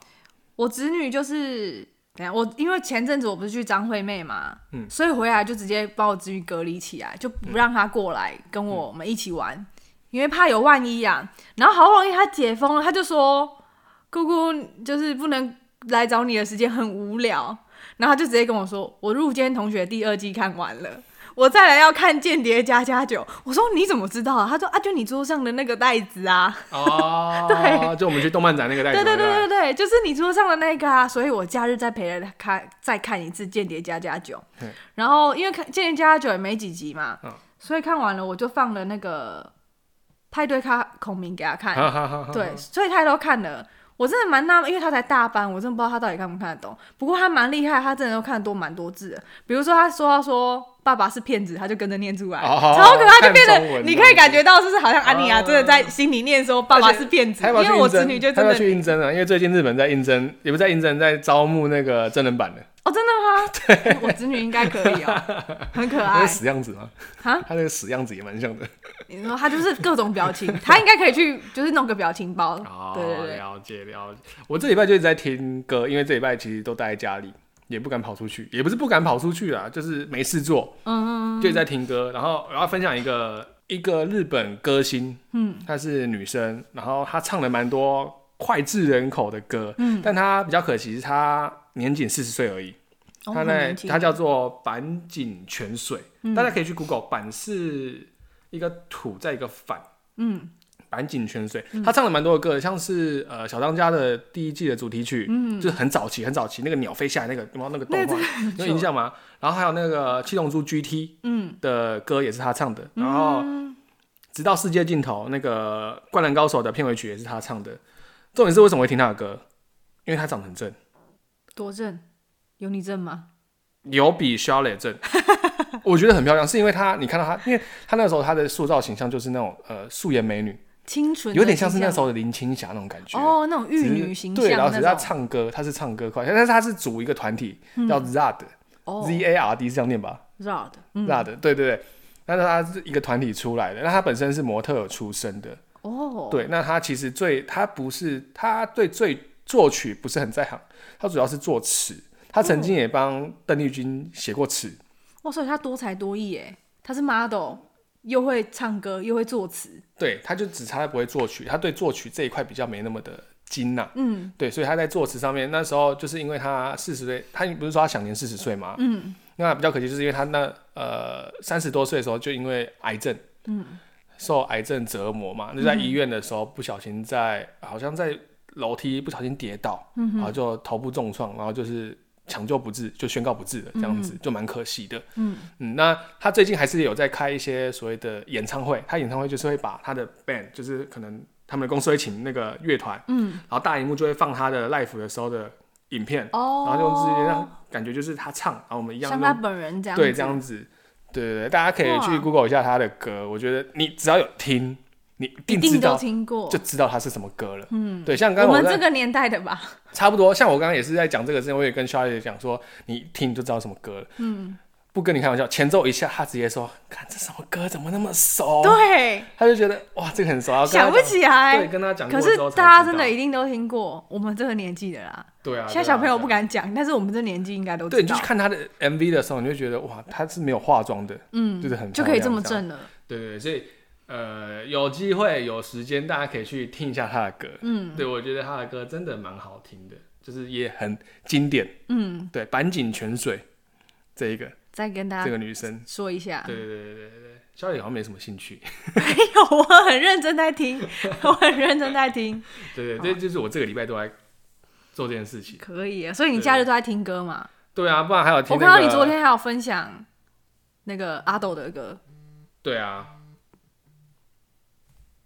Speaker 1: 我侄女就是，等一下我因为前阵子我不是去张惠妹嘛，
Speaker 2: 嗯
Speaker 1: 所以回来就直接把我侄女隔离起来，就不让她过来跟我们一起玩，因为怕有万一啊。然后好不容易她解封了，她就说：“姑姑就是不能来找你的时间很无聊。”然后她就直接跟我说：“我《入间同学》第二季看完了。”我再来要看《间谍加加酒》，我说你怎么知道啊？他说啊，就你桌上的那个袋子啊。
Speaker 2: 哦，
Speaker 1: 对
Speaker 2: 就我们去动漫展那个带
Speaker 1: 对
Speaker 2: 走
Speaker 1: 对
Speaker 2: 的
Speaker 1: 对对对，就是你桌上的那个啊，所以我假日再陪他看再看一次《间谍加加酒
Speaker 2: 嗯》，
Speaker 1: 然后因为看《间谍加加酒》也没几集嘛，
Speaker 2: 嗯
Speaker 1: 所以看完了我就放了那个派对咖孔明给他看，
Speaker 2: 哈哈哈哈
Speaker 1: 对，所以他都看了。我真的蛮纳闷，因为他才大班，我真的不知道他到底看不看得懂。不过他蛮厉害，他真的都看得多蛮多字的。比如说他说他说爸爸是骗子，他就跟着念出来，
Speaker 2: 哦哦
Speaker 1: 超可爱，
Speaker 2: 看
Speaker 1: 就变
Speaker 2: 中
Speaker 1: 得
Speaker 2: 文
Speaker 1: 你
Speaker 2: 这
Speaker 1: 可以
Speaker 2: 样
Speaker 1: 感觉到，就是好像安妮亚
Speaker 2: 哦
Speaker 1: 真的在心里念说爸爸是骗子，
Speaker 2: 他要
Speaker 1: 因
Speaker 2: 不要去
Speaker 1: 为我
Speaker 2: 应
Speaker 1: 侄
Speaker 2: 征？
Speaker 1: 女就
Speaker 2: 他
Speaker 1: 真
Speaker 2: 要
Speaker 1: 的
Speaker 2: 不要去应征啊，因为最近日本在应征，也不是在应征，在招募那个真人版的，
Speaker 1: 哦，真的吗？我侄女应该可以哦， 很可
Speaker 2: 那
Speaker 1: 爱
Speaker 2: 个死样子吗？
Speaker 1: 哈，
Speaker 2: 他那个死样子也蛮像的。
Speaker 1: 你说她就是各种表情，她应该可以去就是弄个表情包。
Speaker 2: 哦，
Speaker 1: 对对对，
Speaker 2: 了解了解。我这礼拜就一直在听歌，因为这礼拜其实都待在家里，也不敢跑出去，也不是不敢跑出去啦，就是没事做，
Speaker 1: 嗯，
Speaker 2: 就一直在听歌。然后我要分享一个一个日本歌星，嗯，她是女生，然后她唱了蛮多脍炙人口的歌，嗯，但他比较可惜是他年仅四十岁而已，
Speaker 1: 哦
Speaker 2: 他
Speaker 1: 很嗯
Speaker 2: 在
Speaker 1: 年轻
Speaker 2: 他叫做板井泉水，大家可以去 Google，板是一个土在一个反，
Speaker 1: 嗯，
Speaker 2: 板井泉水，他唱了蛮多的歌，像是呃小当家的第一季的主题曲，嗯，就是很早期很早期那个鸟飞下来那个，有没有那个动画有印象吗？然后还有那个七龙珠 GT，
Speaker 1: 嗯，
Speaker 2: 的歌也是他唱的，然后直到世界尽头那个灌篮高手的片尾曲也是他唱的。重点是为什么会听他的歌？因为他长得很正，
Speaker 1: 多正，有你正吗？
Speaker 2: 有比 s h a r l e 正， 我觉得很漂亮，是因为他，你看到他，因为他那时候他的塑造形象就是那种呃素颜美女，
Speaker 1: 清纯的
Speaker 2: 有点像是
Speaker 1: 形象
Speaker 2: 那时候的林青霞那种感觉。
Speaker 1: 哦，那种
Speaker 2: 只
Speaker 1: 玉
Speaker 2: 是
Speaker 1: 女形象
Speaker 2: 对，然后只是他
Speaker 1: 那种。嗯
Speaker 2: 唱歌，他是唱歌快，但是他是组一个团体叫 Zard，Z、
Speaker 1: 哦
Speaker 2: A R D 是这样念吧、
Speaker 1: ，Rod，嗯，
Speaker 2: z a d 对对对。但是他是一个团体出来的，那他本身是模特儿出身的，
Speaker 1: 哦，
Speaker 2: 对，那他其实最他不是他对最作曲不是很在行，他主要是作词，他曾
Speaker 1: 哦
Speaker 2: 经也帮邓丽君写过词，
Speaker 1: 哇，哦所以他多才多艺哎，他是 model，又会唱歌，又会作词，
Speaker 2: 对，他就只差不会作曲，他对作曲这一块比较没那么的精呐、
Speaker 1: 嗯
Speaker 2: 对，所以他在作词上面，那时候就是因为他四十岁，他不是说他享年四十岁吗？
Speaker 1: 嗯，
Speaker 2: 那比较可惜，就是因为他那呃三十多岁的时候就因为癌症，
Speaker 1: 嗯，
Speaker 2: 受癌症折磨嘛，就在医院的时候不小心在、好像在楼梯不小心跌倒，嗯、然后就头部重创，然后就是抢救不治，就宣告不治了，这样子、就蛮可惜的。
Speaker 1: 嗯
Speaker 2: 嗯，那他最近还是有在开一些所谓的演唱会，他演唱会就是会把他的 band，就是可能他们的公司会请那个乐团，
Speaker 1: 嗯，
Speaker 2: 然后大荧幕就会放他的 live 的时候的影片，
Speaker 1: 哦，
Speaker 2: 然后用这些让感觉就是他唱，然后我们一样
Speaker 1: 像
Speaker 2: 用
Speaker 1: 他本人这样，
Speaker 2: 对，这，样子，对对对，大家可以去
Speaker 1: 哇
Speaker 2: Google 一下他的歌，我觉得你只要有听，你一
Speaker 1: 一
Speaker 2: 定知
Speaker 1: 定都
Speaker 2: 道
Speaker 1: 听过
Speaker 2: 就，知道他是什么歌了。
Speaker 1: 嗯，
Speaker 2: 对，像刚
Speaker 1: 我
Speaker 2: 刚
Speaker 1: 们这
Speaker 2: 在
Speaker 1: 个年代的吧，
Speaker 2: 差不多，像我刚刚也是在讲这个之前，我也跟肖姐讲说，你一听就知道什么歌了。
Speaker 1: 嗯，
Speaker 2: 不跟你开玩笑，前奏一下，他直接说：“看这什么歌，怎么那么熟？”，
Speaker 1: 对，
Speaker 2: 他就觉得哇，这个很熟，然后跟他
Speaker 1: 想不
Speaker 2: 讲
Speaker 1: 起
Speaker 2: 对，
Speaker 1: 来。
Speaker 2: 跟他讲过
Speaker 1: 可
Speaker 2: 之
Speaker 1: 是
Speaker 2: 后才知道。
Speaker 1: 大家真的一定都听过，我们这个年纪的啦。
Speaker 2: 对啊，
Speaker 1: 现在
Speaker 2: 对啊
Speaker 1: 小朋友不。
Speaker 2: 对啊啊
Speaker 1: 敢讲，但是我们这年纪应该都
Speaker 2: 对，
Speaker 1: 知
Speaker 2: 你就
Speaker 1: 道
Speaker 2: 去，看他的 MV 的时候，你就觉得哇，他是没有化妆的，
Speaker 1: 嗯，
Speaker 2: 就是很
Speaker 1: 就可以
Speaker 2: 漂亮
Speaker 1: 这么
Speaker 2: 这样
Speaker 1: 正了。
Speaker 2: 对对，对所以呃，有机会有时间，大家可以去听一下他的歌。
Speaker 1: 嗯
Speaker 2: 对我觉得他的歌真的蛮好听的，就是也很经典。
Speaker 1: 嗯，
Speaker 2: 对，板井泉水这一个、
Speaker 1: 再跟大
Speaker 2: 这
Speaker 1: 家
Speaker 2: 个女生，
Speaker 1: 说一下，
Speaker 2: 对对对对对对，肖姐好像没什么兴趣。
Speaker 1: 没有，我很认真在听， 我很认真在听，
Speaker 2: 对对，这就是我这个礼拜都在做这件事情。
Speaker 1: 可以啊耶。所以你假日都在听歌嘛？
Speaker 2: 对啊，不然还有听、
Speaker 1: 我
Speaker 2: 那
Speaker 1: 看
Speaker 2: 个。
Speaker 1: 到你昨。天还有分享那个阿斗的歌，
Speaker 2: 对啊，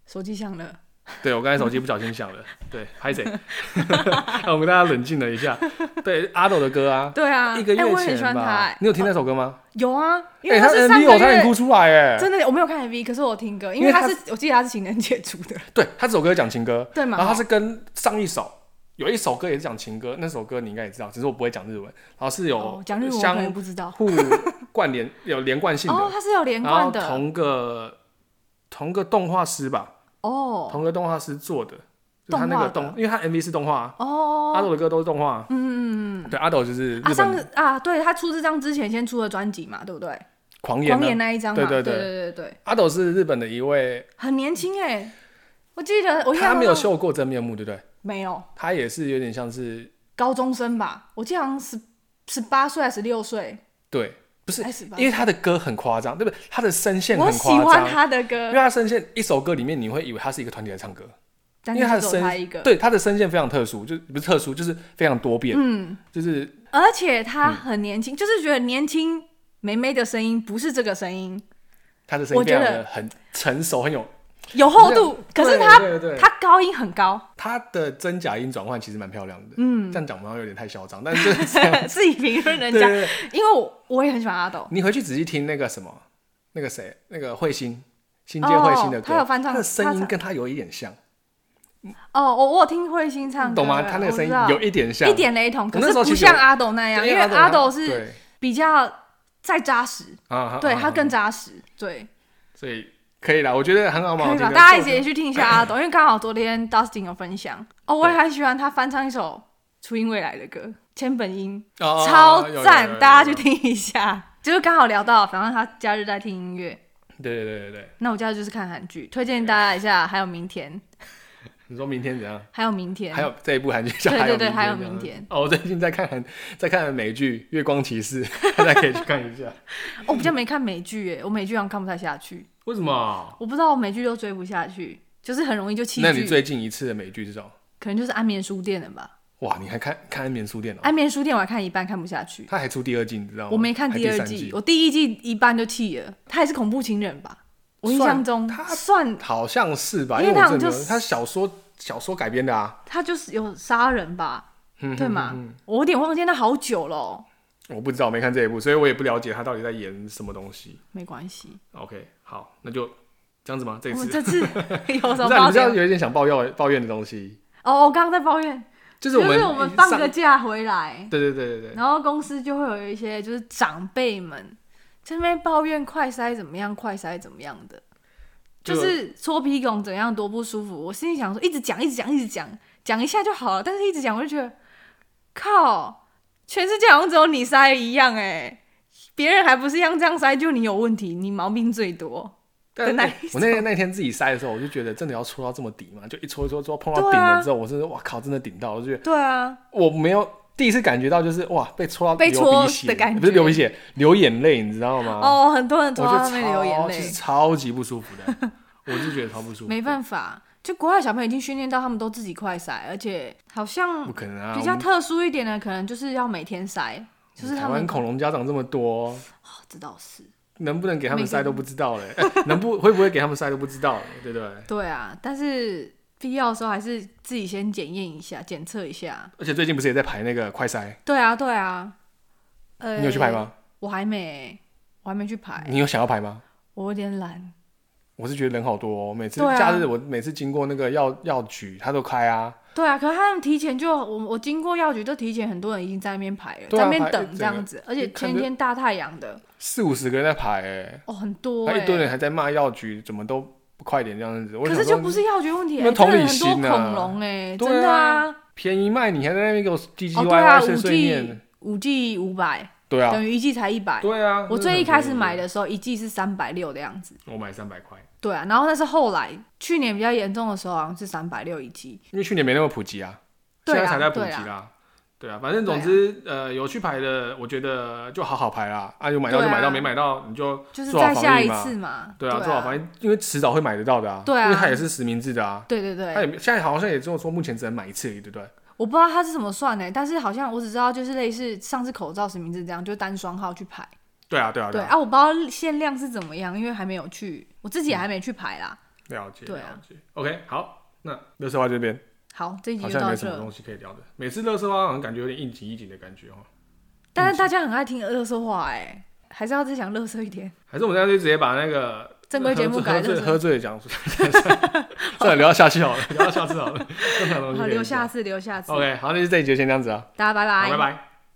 Speaker 1: 手机响了，
Speaker 2: 对我刚才手机不小心响了，对，拍谁？我们大家冷静了一下。对，阿斗的歌啊，
Speaker 1: 对啊，
Speaker 2: 一个
Speaker 1: 哎
Speaker 2: 月
Speaker 1: 我也很喜
Speaker 2: 前
Speaker 1: 欢他、
Speaker 2: 吧
Speaker 1: 哎，
Speaker 2: 你有听那首歌吗？
Speaker 1: 有啊，因
Speaker 2: 哎、
Speaker 1: 为
Speaker 2: 他
Speaker 1: 是
Speaker 2: MV
Speaker 1: 上个
Speaker 2: 我差点
Speaker 1: 月
Speaker 2: 哭出来哎、
Speaker 1: 真的我没有看 MV，可是我有听歌，因
Speaker 2: 因
Speaker 1: 为
Speaker 2: 为他
Speaker 1: 他是我记得他是情人节出 的，
Speaker 2: 对他这首歌有讲情歌，
Speaker 1: 对嘛
Speaker 2: 然后他是跟上一首有一首歌也是讲情歌，那首歌你应该也知道，只是我不会讲日文。然后是有
Speaker 1: 哦讲日文我可能
Speaker 2: 相
Speaker 1: 不知道。
Speaker 2: 互关联 有连贯性的，
Speaker 1: 哦，他是有连
Speaker 2: 然
Speaker 1: 贯
Speaker 2: 后
Speaker 1: 的
Speaker 2: 同个同个动画师吧，
Speaker 1: 哦
Speaker 2: 同个动画师做的，就他那个
Speaker 1: 动画
Speaker 2: 动，因为他 MV 是动画，阿
Speaker 1: 哦，
Speaker 2: 斗的歌都是动画，
Speaker 1: 嗯嗯嗯，
Speaker 2: 对，阿斗就是
Speaker 1: 啊
Speaker 2: 日
Speaker 1: 上
Speaker 2: 本
Speaker 1: 次啊，对他出这张之前先出的专辑嘛，对不对？
Speaker 2: 狂言
Speaker 1: 狂
Speaker 2: 的
Speaker 1: 野那一张嘛，
Speaker 2: 对对
Speaker 1: 对
Speaker 2: 对
Speaker 1: 对对对，
Speaker 2: 阿斗是日本的一位，
Speaker 1: 很年轻哎，我记得我印
Speaker 2: 他
Speaker 1: 象
Speaker 2: 没有
Speaker 1: 中
Speaker 2: 秀过真面目，对不对？
Speaker 1: 没有
Speaker 2: 他也是有点像是
Speaker 1: 高中生吧，我记得好像十十八岁还是十六岁，
Speaker 2: 对，不是
Speaker 1: 还是18
Speaker 2: 因为他的歌很夸张，对不对？他的声线很
Speaker 1: 我
Speaker 2: 夸
Speaker 1: 喜
Speaker 2: 张，
Speaker 1: 欢他的
Speaker 2: 因
Speaker 1: 歌
Speaker 2: 为，他声线一首歌里面，你会以为他是一个团体在唱歌，
Speaker 1: 但
Speaker 2: 因为他
Speaker 1: 是
Speaker 2: 的
Speaker 1: 只有他一
Speaker 2: 声
Speaker 1: 个，
Speaker 2: 对他的声线非常特殊，就不是特殊，就是非常多变，
Speaker 1: 嗯，
Speaker 2: 就是
Speaker 1: 而且他
Speaker 2: 嗯
Speaker 1: 很年轻，就是觉得年轻妹妹的声音不是这个声音，
Speaker 2: 他的声音
Speaker 1: 我
Speaker 2: 非
Speaker 1: 觉
Speaker 2: 常
Speaker 1: 得
Speaker 2: 的很成熟，很有
Speaker 1: 有厚度，
Speaker 2: 对
Speaker 1: 可是他
Speaker 2: 对对
Speaker 1: 他高音很高，
Speaker 2: 他的真假音转换其实蛮漂亮的，
Speaker 1: 嗯，，
Speaker 2: 这样讲好像有点太嚣张，但是就是这 样
Speaker 1: 自己评论人
Speaker 2: 对对
Speaker 1: 家，
Speaker 2: 对，
Speaker 1: 因为我我也很喜欢阿斗，
Speaker 2: 你回去仔细听那个什么，那个谁，那个彗星。新
Speaker 1: 哦
Speaker 2: 建彗星的歌，
Speaker 1: 他有翻唱
Speaker 2: 他的声
Speaker 1: 他
Speaker 2: 音
Speaker 1: 唱
Speaker 2: 跟他有一点像，
Speaker 1: 哦，我我有听慧心唱歌，
Speaker 2: 懂吗？他那个
Speaker 1: 我
Speaker 2: 声
Speaker 1: 知
Speaker 2: 音
Speaker 1: 道
Speaker 2: 有一点像，
Speaker 1: 一点雷同，可
Speaker 2: 那
Speaker 1: 是
Speaker 2: 时候其
Speaker 1: 不
Speaker 2: 实我
Speaker 1: 像阿斗那样，
Speaker 2: 对
Speaker 1: 因为
Speaker 2: 他
Speaker 1: 阿斗
Speaker 2: 他
Speaker 1: 是
Speaker 2: 对
Speaker 1: 比较再扎实，
Speaker 2: 啊，
Speaker 1: 对
Speaker 2: 啊
Speaker 1: 他
Speaker 2: 啊
Speaker 1: 更扎实，对。
Speaker 2: 所以可以啦，我觉得很好蛮
Speaker 1: 可
Speaker 2: 好
Speaker 1: 以
Speaker 2: 听
Speaker 1: 吧？
Speaker 2: 的。
Speaker 1: 大家一
Speaker 2: 做
Speaker 1: 起去听一下 阿斗，因为刚好昨天 Dustin 有分享哦，我也很喜欢他翻唱一首初音未来的歌，千本樱，
Speaker 2: 哦
Speaker 1: 超
Speaker 2: 有有有有
Speaker 1: 赞，
Speaker 2: 有
Speaker 1: 大家去
Speaker 2: 有
Speaker 1: 听一下。 就是刚好聊到，反正他假日在听音乐，
Speaker 2: 对对对对对，
Speaker 1: 那我假日就是看韩剧，推荐大家一下。还有明天，
Speaker 2: 你说明天怎样？
Speaker 1: 还有明天，
Speaker 2: 还有这一部韩剧叫
Speaker 1: 对
Speaker 2: 还有
Speaker 1: 对对还有
Speaker 2: 这样
Speaker 1: 明
Speaker 2: 子
Speaker 1: 天
Speaker 2: 哦，我最近在看韩， 在看美剧《月光骑士》， 大家可以去看一下。
Speaker 1: 我比较没看美剧耶，我美剧好像看不太下去，
Speaker 2: 为什么？
Speaker 1: 我不知道我美剧都追不下去，就是很容易就弃
Speaker 2: 那你
Speaker 1: 剧，
Speaker 2: 最近一次的美剧是什么？
Speaker 1: 可能就是《安眠书店》了吧，
Speaker 2: 哇，你还看看《安眠书店》
Speaker 1: 《
Speaker 2: 哦？
Speaker 1: 安眠书店》我还看一半看不下去，
Speaker 2: 它还出第二季，你知道吗？
Speaker 1: 哎我没看
Speaker 2: 哦还
Speaker 1: 第二
Speaker 2: 三
Speaker 1: 季，我第一季一半就弃了，他也是恐怖情人吧？我印
Speaker 2: 算
Speaker 1: 象中
Speaker 2: 他
Speaker 1: 算
Speaker 2: 好像是吧？
Speaker 1: 因为
Speaker 2: 因为我
Speaker 1: 它好
Speaker 2: 真的
Speaker 1: 像
Speaker 2: 没有
Speaker 1: 就
Speaker 2: 它小说小说改编的啊，
Speaker 1: 他就是有杀人吧，
Speaker 2: 嗯
Speaker 1: 对
Speaker 2: 嗯嗯
Speaker 1: 吗？我有点忘记，那好久了哦，
Speaker 2: 我不知道，没看这一部，所以我也不了解他到底在演什么东西。
Speaker 1: 没关系，
Speaker 2: OK，好，那就这样子吗？这一
Speaker 1: 我
Speaker 2: 次
Speaker 1: 们这 次有什
Speaker 2: 不
Speaker 1: 么
Speaker 2: 是啊
Speaker 1: 抱
Speaker 2: 你知道
Speaker 1: 怨？
Speaker 2: 有一点想抱怨抱怨的东西，
Speaker 1: 哦，我刚刚在抱怨，
Speaker 2: 就是
Speaker 1: 就
Speaker 2: 我们
Speaker 1: 是我们放
Speaker 2: 上
Speaker 1: 个假回来，
Speaker 2: 对对对对对，
Speaker 1: 然后公司就会有一些就是长辈们这边抱怨快筛怎么样，快筛怎么样的，
Speaker 2: 就
Speaker 1: 就是搓鼻孔怎样多不舒服。我心里想说，一直讲，一直讲，一直讲，讲一下就好了。但是一直讲，我就觉得靠，全世界好像只有你筛一样哎、别人还不是一样这样筛，就你有问题，你毛病最多。
Speaker 2: 但
Speaker 1: 的那
Speaker 2: 我
Speaker 1: 一
Speaker 2: 我那天那天自己塞的时候，我就觉得真的要戳到这么底嘛，就一戳一戳戳碰到
Speaker 1: 对
Speaker 2: 顶
Speaker 1: 啊
Speaker 2: 了之后，我真的哇靠，真的顶到，我就觉得
Speaker 1: 对啊，
Speaker 2: 我没有第一次感觉到就是哇被戳到
Speaker 1: 被
Speaker 2: 流
Speaker 1: 戳
Speaker 2: 鼻血
Speaker 1: 的感
Speaker 2: 不是
Speaker 1: 觉
Speaker 2: 流鼻血，流眼泪，你知道吗？
Speaker 1: 哦，很多人
Speaker 2: 我
Speaker 1: 戳
Speaker 2: 就
Speaker 1: 到
Speaker 2: 超
Speaker 1: 那边流眼
Speaker 2: 其实
Speaker 1: 泪，
Speaker 2: 超级不舒服的， 我就觉得超不舒服，
Speaker 1: 没
Speaker 2: 法，
Speaker 1: 办法，就国外小朋友已经训练到他们都自己快筛，而且好像
Speaker 2: 不可能啊，
Speaker 1: 比
Speaker 2: 我
Speaker 1: 较
Speaker 2: 们
Speaker 1: 特殊一点的，可能就是要每天筛，就是
Speaker 2: 台
Speaker 1: 他
Speaker 2: 湾
Speaker 1: 们
Speaker 2: 恐龙家长这么多，
Speaker 1: 哦这倒是
Speaker 2: 能不能给他
Speaker 1: 每
Speaker 2: 们
Speaker 1: 个
Speaker 2: 塞都不知道嘞， 哎能不会不会给他们塞都不知道，对不对？
Speaker 1: 对啊，但是必要的时候还是自己先检验一下，检测一下。
Speaker 2: 而且最近不是也在排那个快塞，
Speaker 1: 对啊，对啊。呃
Speaker 2: 你有去排？吗？
Speaker 1: 我还没，我还没去排，
Speaker 2: 你有想要排吗？我
Speaker 1: 我有点懒。
Speaker 2: 我是觉得人好多哦，每次
Speaker 1: 对啊
Speaker 2: 假日我每次经过那个药药局，他都开啊，
Speaker 1: 对啊，可是他们提前就我我经过药局，就提前很多人已经在那边排了，
Speaker 2: 对
Speaker 1: 在
Speaker 2: 啊
Speaker 1: 那边
Speaker 2: 排一
Speaker 1: 等
Speaker 2: 整
Speaker 1: 这
Speaker 2: 个
Speaker 1: 样子，而且
Speaker 2: 看
Speaker 1: 天
Speaker 2: 着
Speaker 1: 天大太阳的，
Speaker 2: 四五十个人在排哎、
Speaker 1: 哦，很多、
Speaker 2: 那
Speaker 1: 欸，
Speaker 2: 一堆人还在骂药局怎么都不快点这样子，我
Speaker 1: 可
Speaker 2: 想
Speaker 1: 是就
Speaker 2: 说
Speaker 1: 不是药局问题、欸，
Speaker 2: 那
Speaker 1: 真
Speaker 2: 同
Speaker 1: 的
Speaker 2: 理
Speaker 1: 很多
Speaker 2: 心啊
Speaker 1: 恐龙哎、
Speaker 2: 对
Speaker 1: 真的
Speaker 2: 啊
Speaker 1: 啊，
Speaker 2: 便宜卖你还在那边给我唧唧
Speaker 1: 哦
Speaker 2: 歪
Speaker 1: 对
Speaker 2: 歪
Speaker 1: 啊，
Speaker 2: 碎
Speaker 1: 五
Speaker 2: 碎
Speaker 1: G
Speaker 2: 念，
Speaker 1: 五 G 五百
Speaker 2: 对啊，
Speaker 1: 等于一季才一百、
Speaker 2: 对啊，
Speaker 1: 我最一开始买
Speaker 2: 的，
Speaker 1: 的时候一季是三百六的样子，
Speaker 2: 我买三百块，
Speaker 1: 对啊，然后但是后来去年比较严重的时候好像是三百六一季，
Speaker 2: 因为去年没那么普及啊，
Speaker 1: 对
Speaker 2: 现
Speaker 1: 啊
Speaker 2: 在才在普及
Speaker 1: 对
Speaker 2: 啦。对啊，反正
Speaker 1: 对
Speaker 2: 总
Speaker 1: 啊
Speaker 2: 之，呃，有去排的，我觉得就好好排啦。啊，有买到就买到，
Speaker 1: 对啊
Speaker 2: 没买到你就
Speaker 1: 就是
Speaker 2: 做好
Speaker 1: 再
Speaker 2: 防
Speaker 1: 下
Speaker 2: 疫
Speaker 1: 一
Speaker 2: 嘛
Speaker 1: 次嘛，
Speaker 2: 对啊，做好防疫，因为迟早会买得到的啊。
Speaker 1: 对啊
Speaker 2: 因为它也是实名制的啊。
Speaker 1: 对对对
Speaker 2: 他也没现在好像也只有说目前只能买一次而已，对不对？
Speaker 1: 我不知道它是怎么算的、但是好像我只知道就是类似上次口罩实名制这样，就单双号去排。
Speaker 2: 对啊，对啊，
Speaker 1: 对
Speaker 2: 啊，
Speaker 1: 啊，我不知道限量是怎么样，因为还没有去，我自己也还没去排啦。
Speaker 2: 了解，
Speaker 1: 对啊
Speaker 2: 了解。OK，好，那乐色花这边
Speaker 1: 好，这一集
Speaker 2: 好
Speaker 1: 就
Speaker 2: 像
Speaker 1: 到
Speaker 2: 没什么
Speaker 1: 这。
Speaker 2: 东西可以聊的。每次乐色花好像感觉有点应景应景的感觉哦。
Speaker 1: 但是大家很爱听乐色话哎、还是要再讲乐色一点。
Speaker 2: 还是我们干脆直接把那个
Speaker 1: 正规节目改
Speaker 2: 喝
Speaker 1: 乐
Speaker 2: 醉
Speaker 1: 色
Speaker 2: 喝醉的讲出来， 算 了，聊到下次好了，聊到下次好了，正常东西
Speaker 1: 好，
Speaker 2: 可以
Speaker 1: 留
Speaker 2: 聊
Speaker 1: 下次，留下次。
Speaker 2: OK，好，那就这一节先这样子啊，
Speaker 1: 大家拜拜，
Speaker 2: 好，拜拜。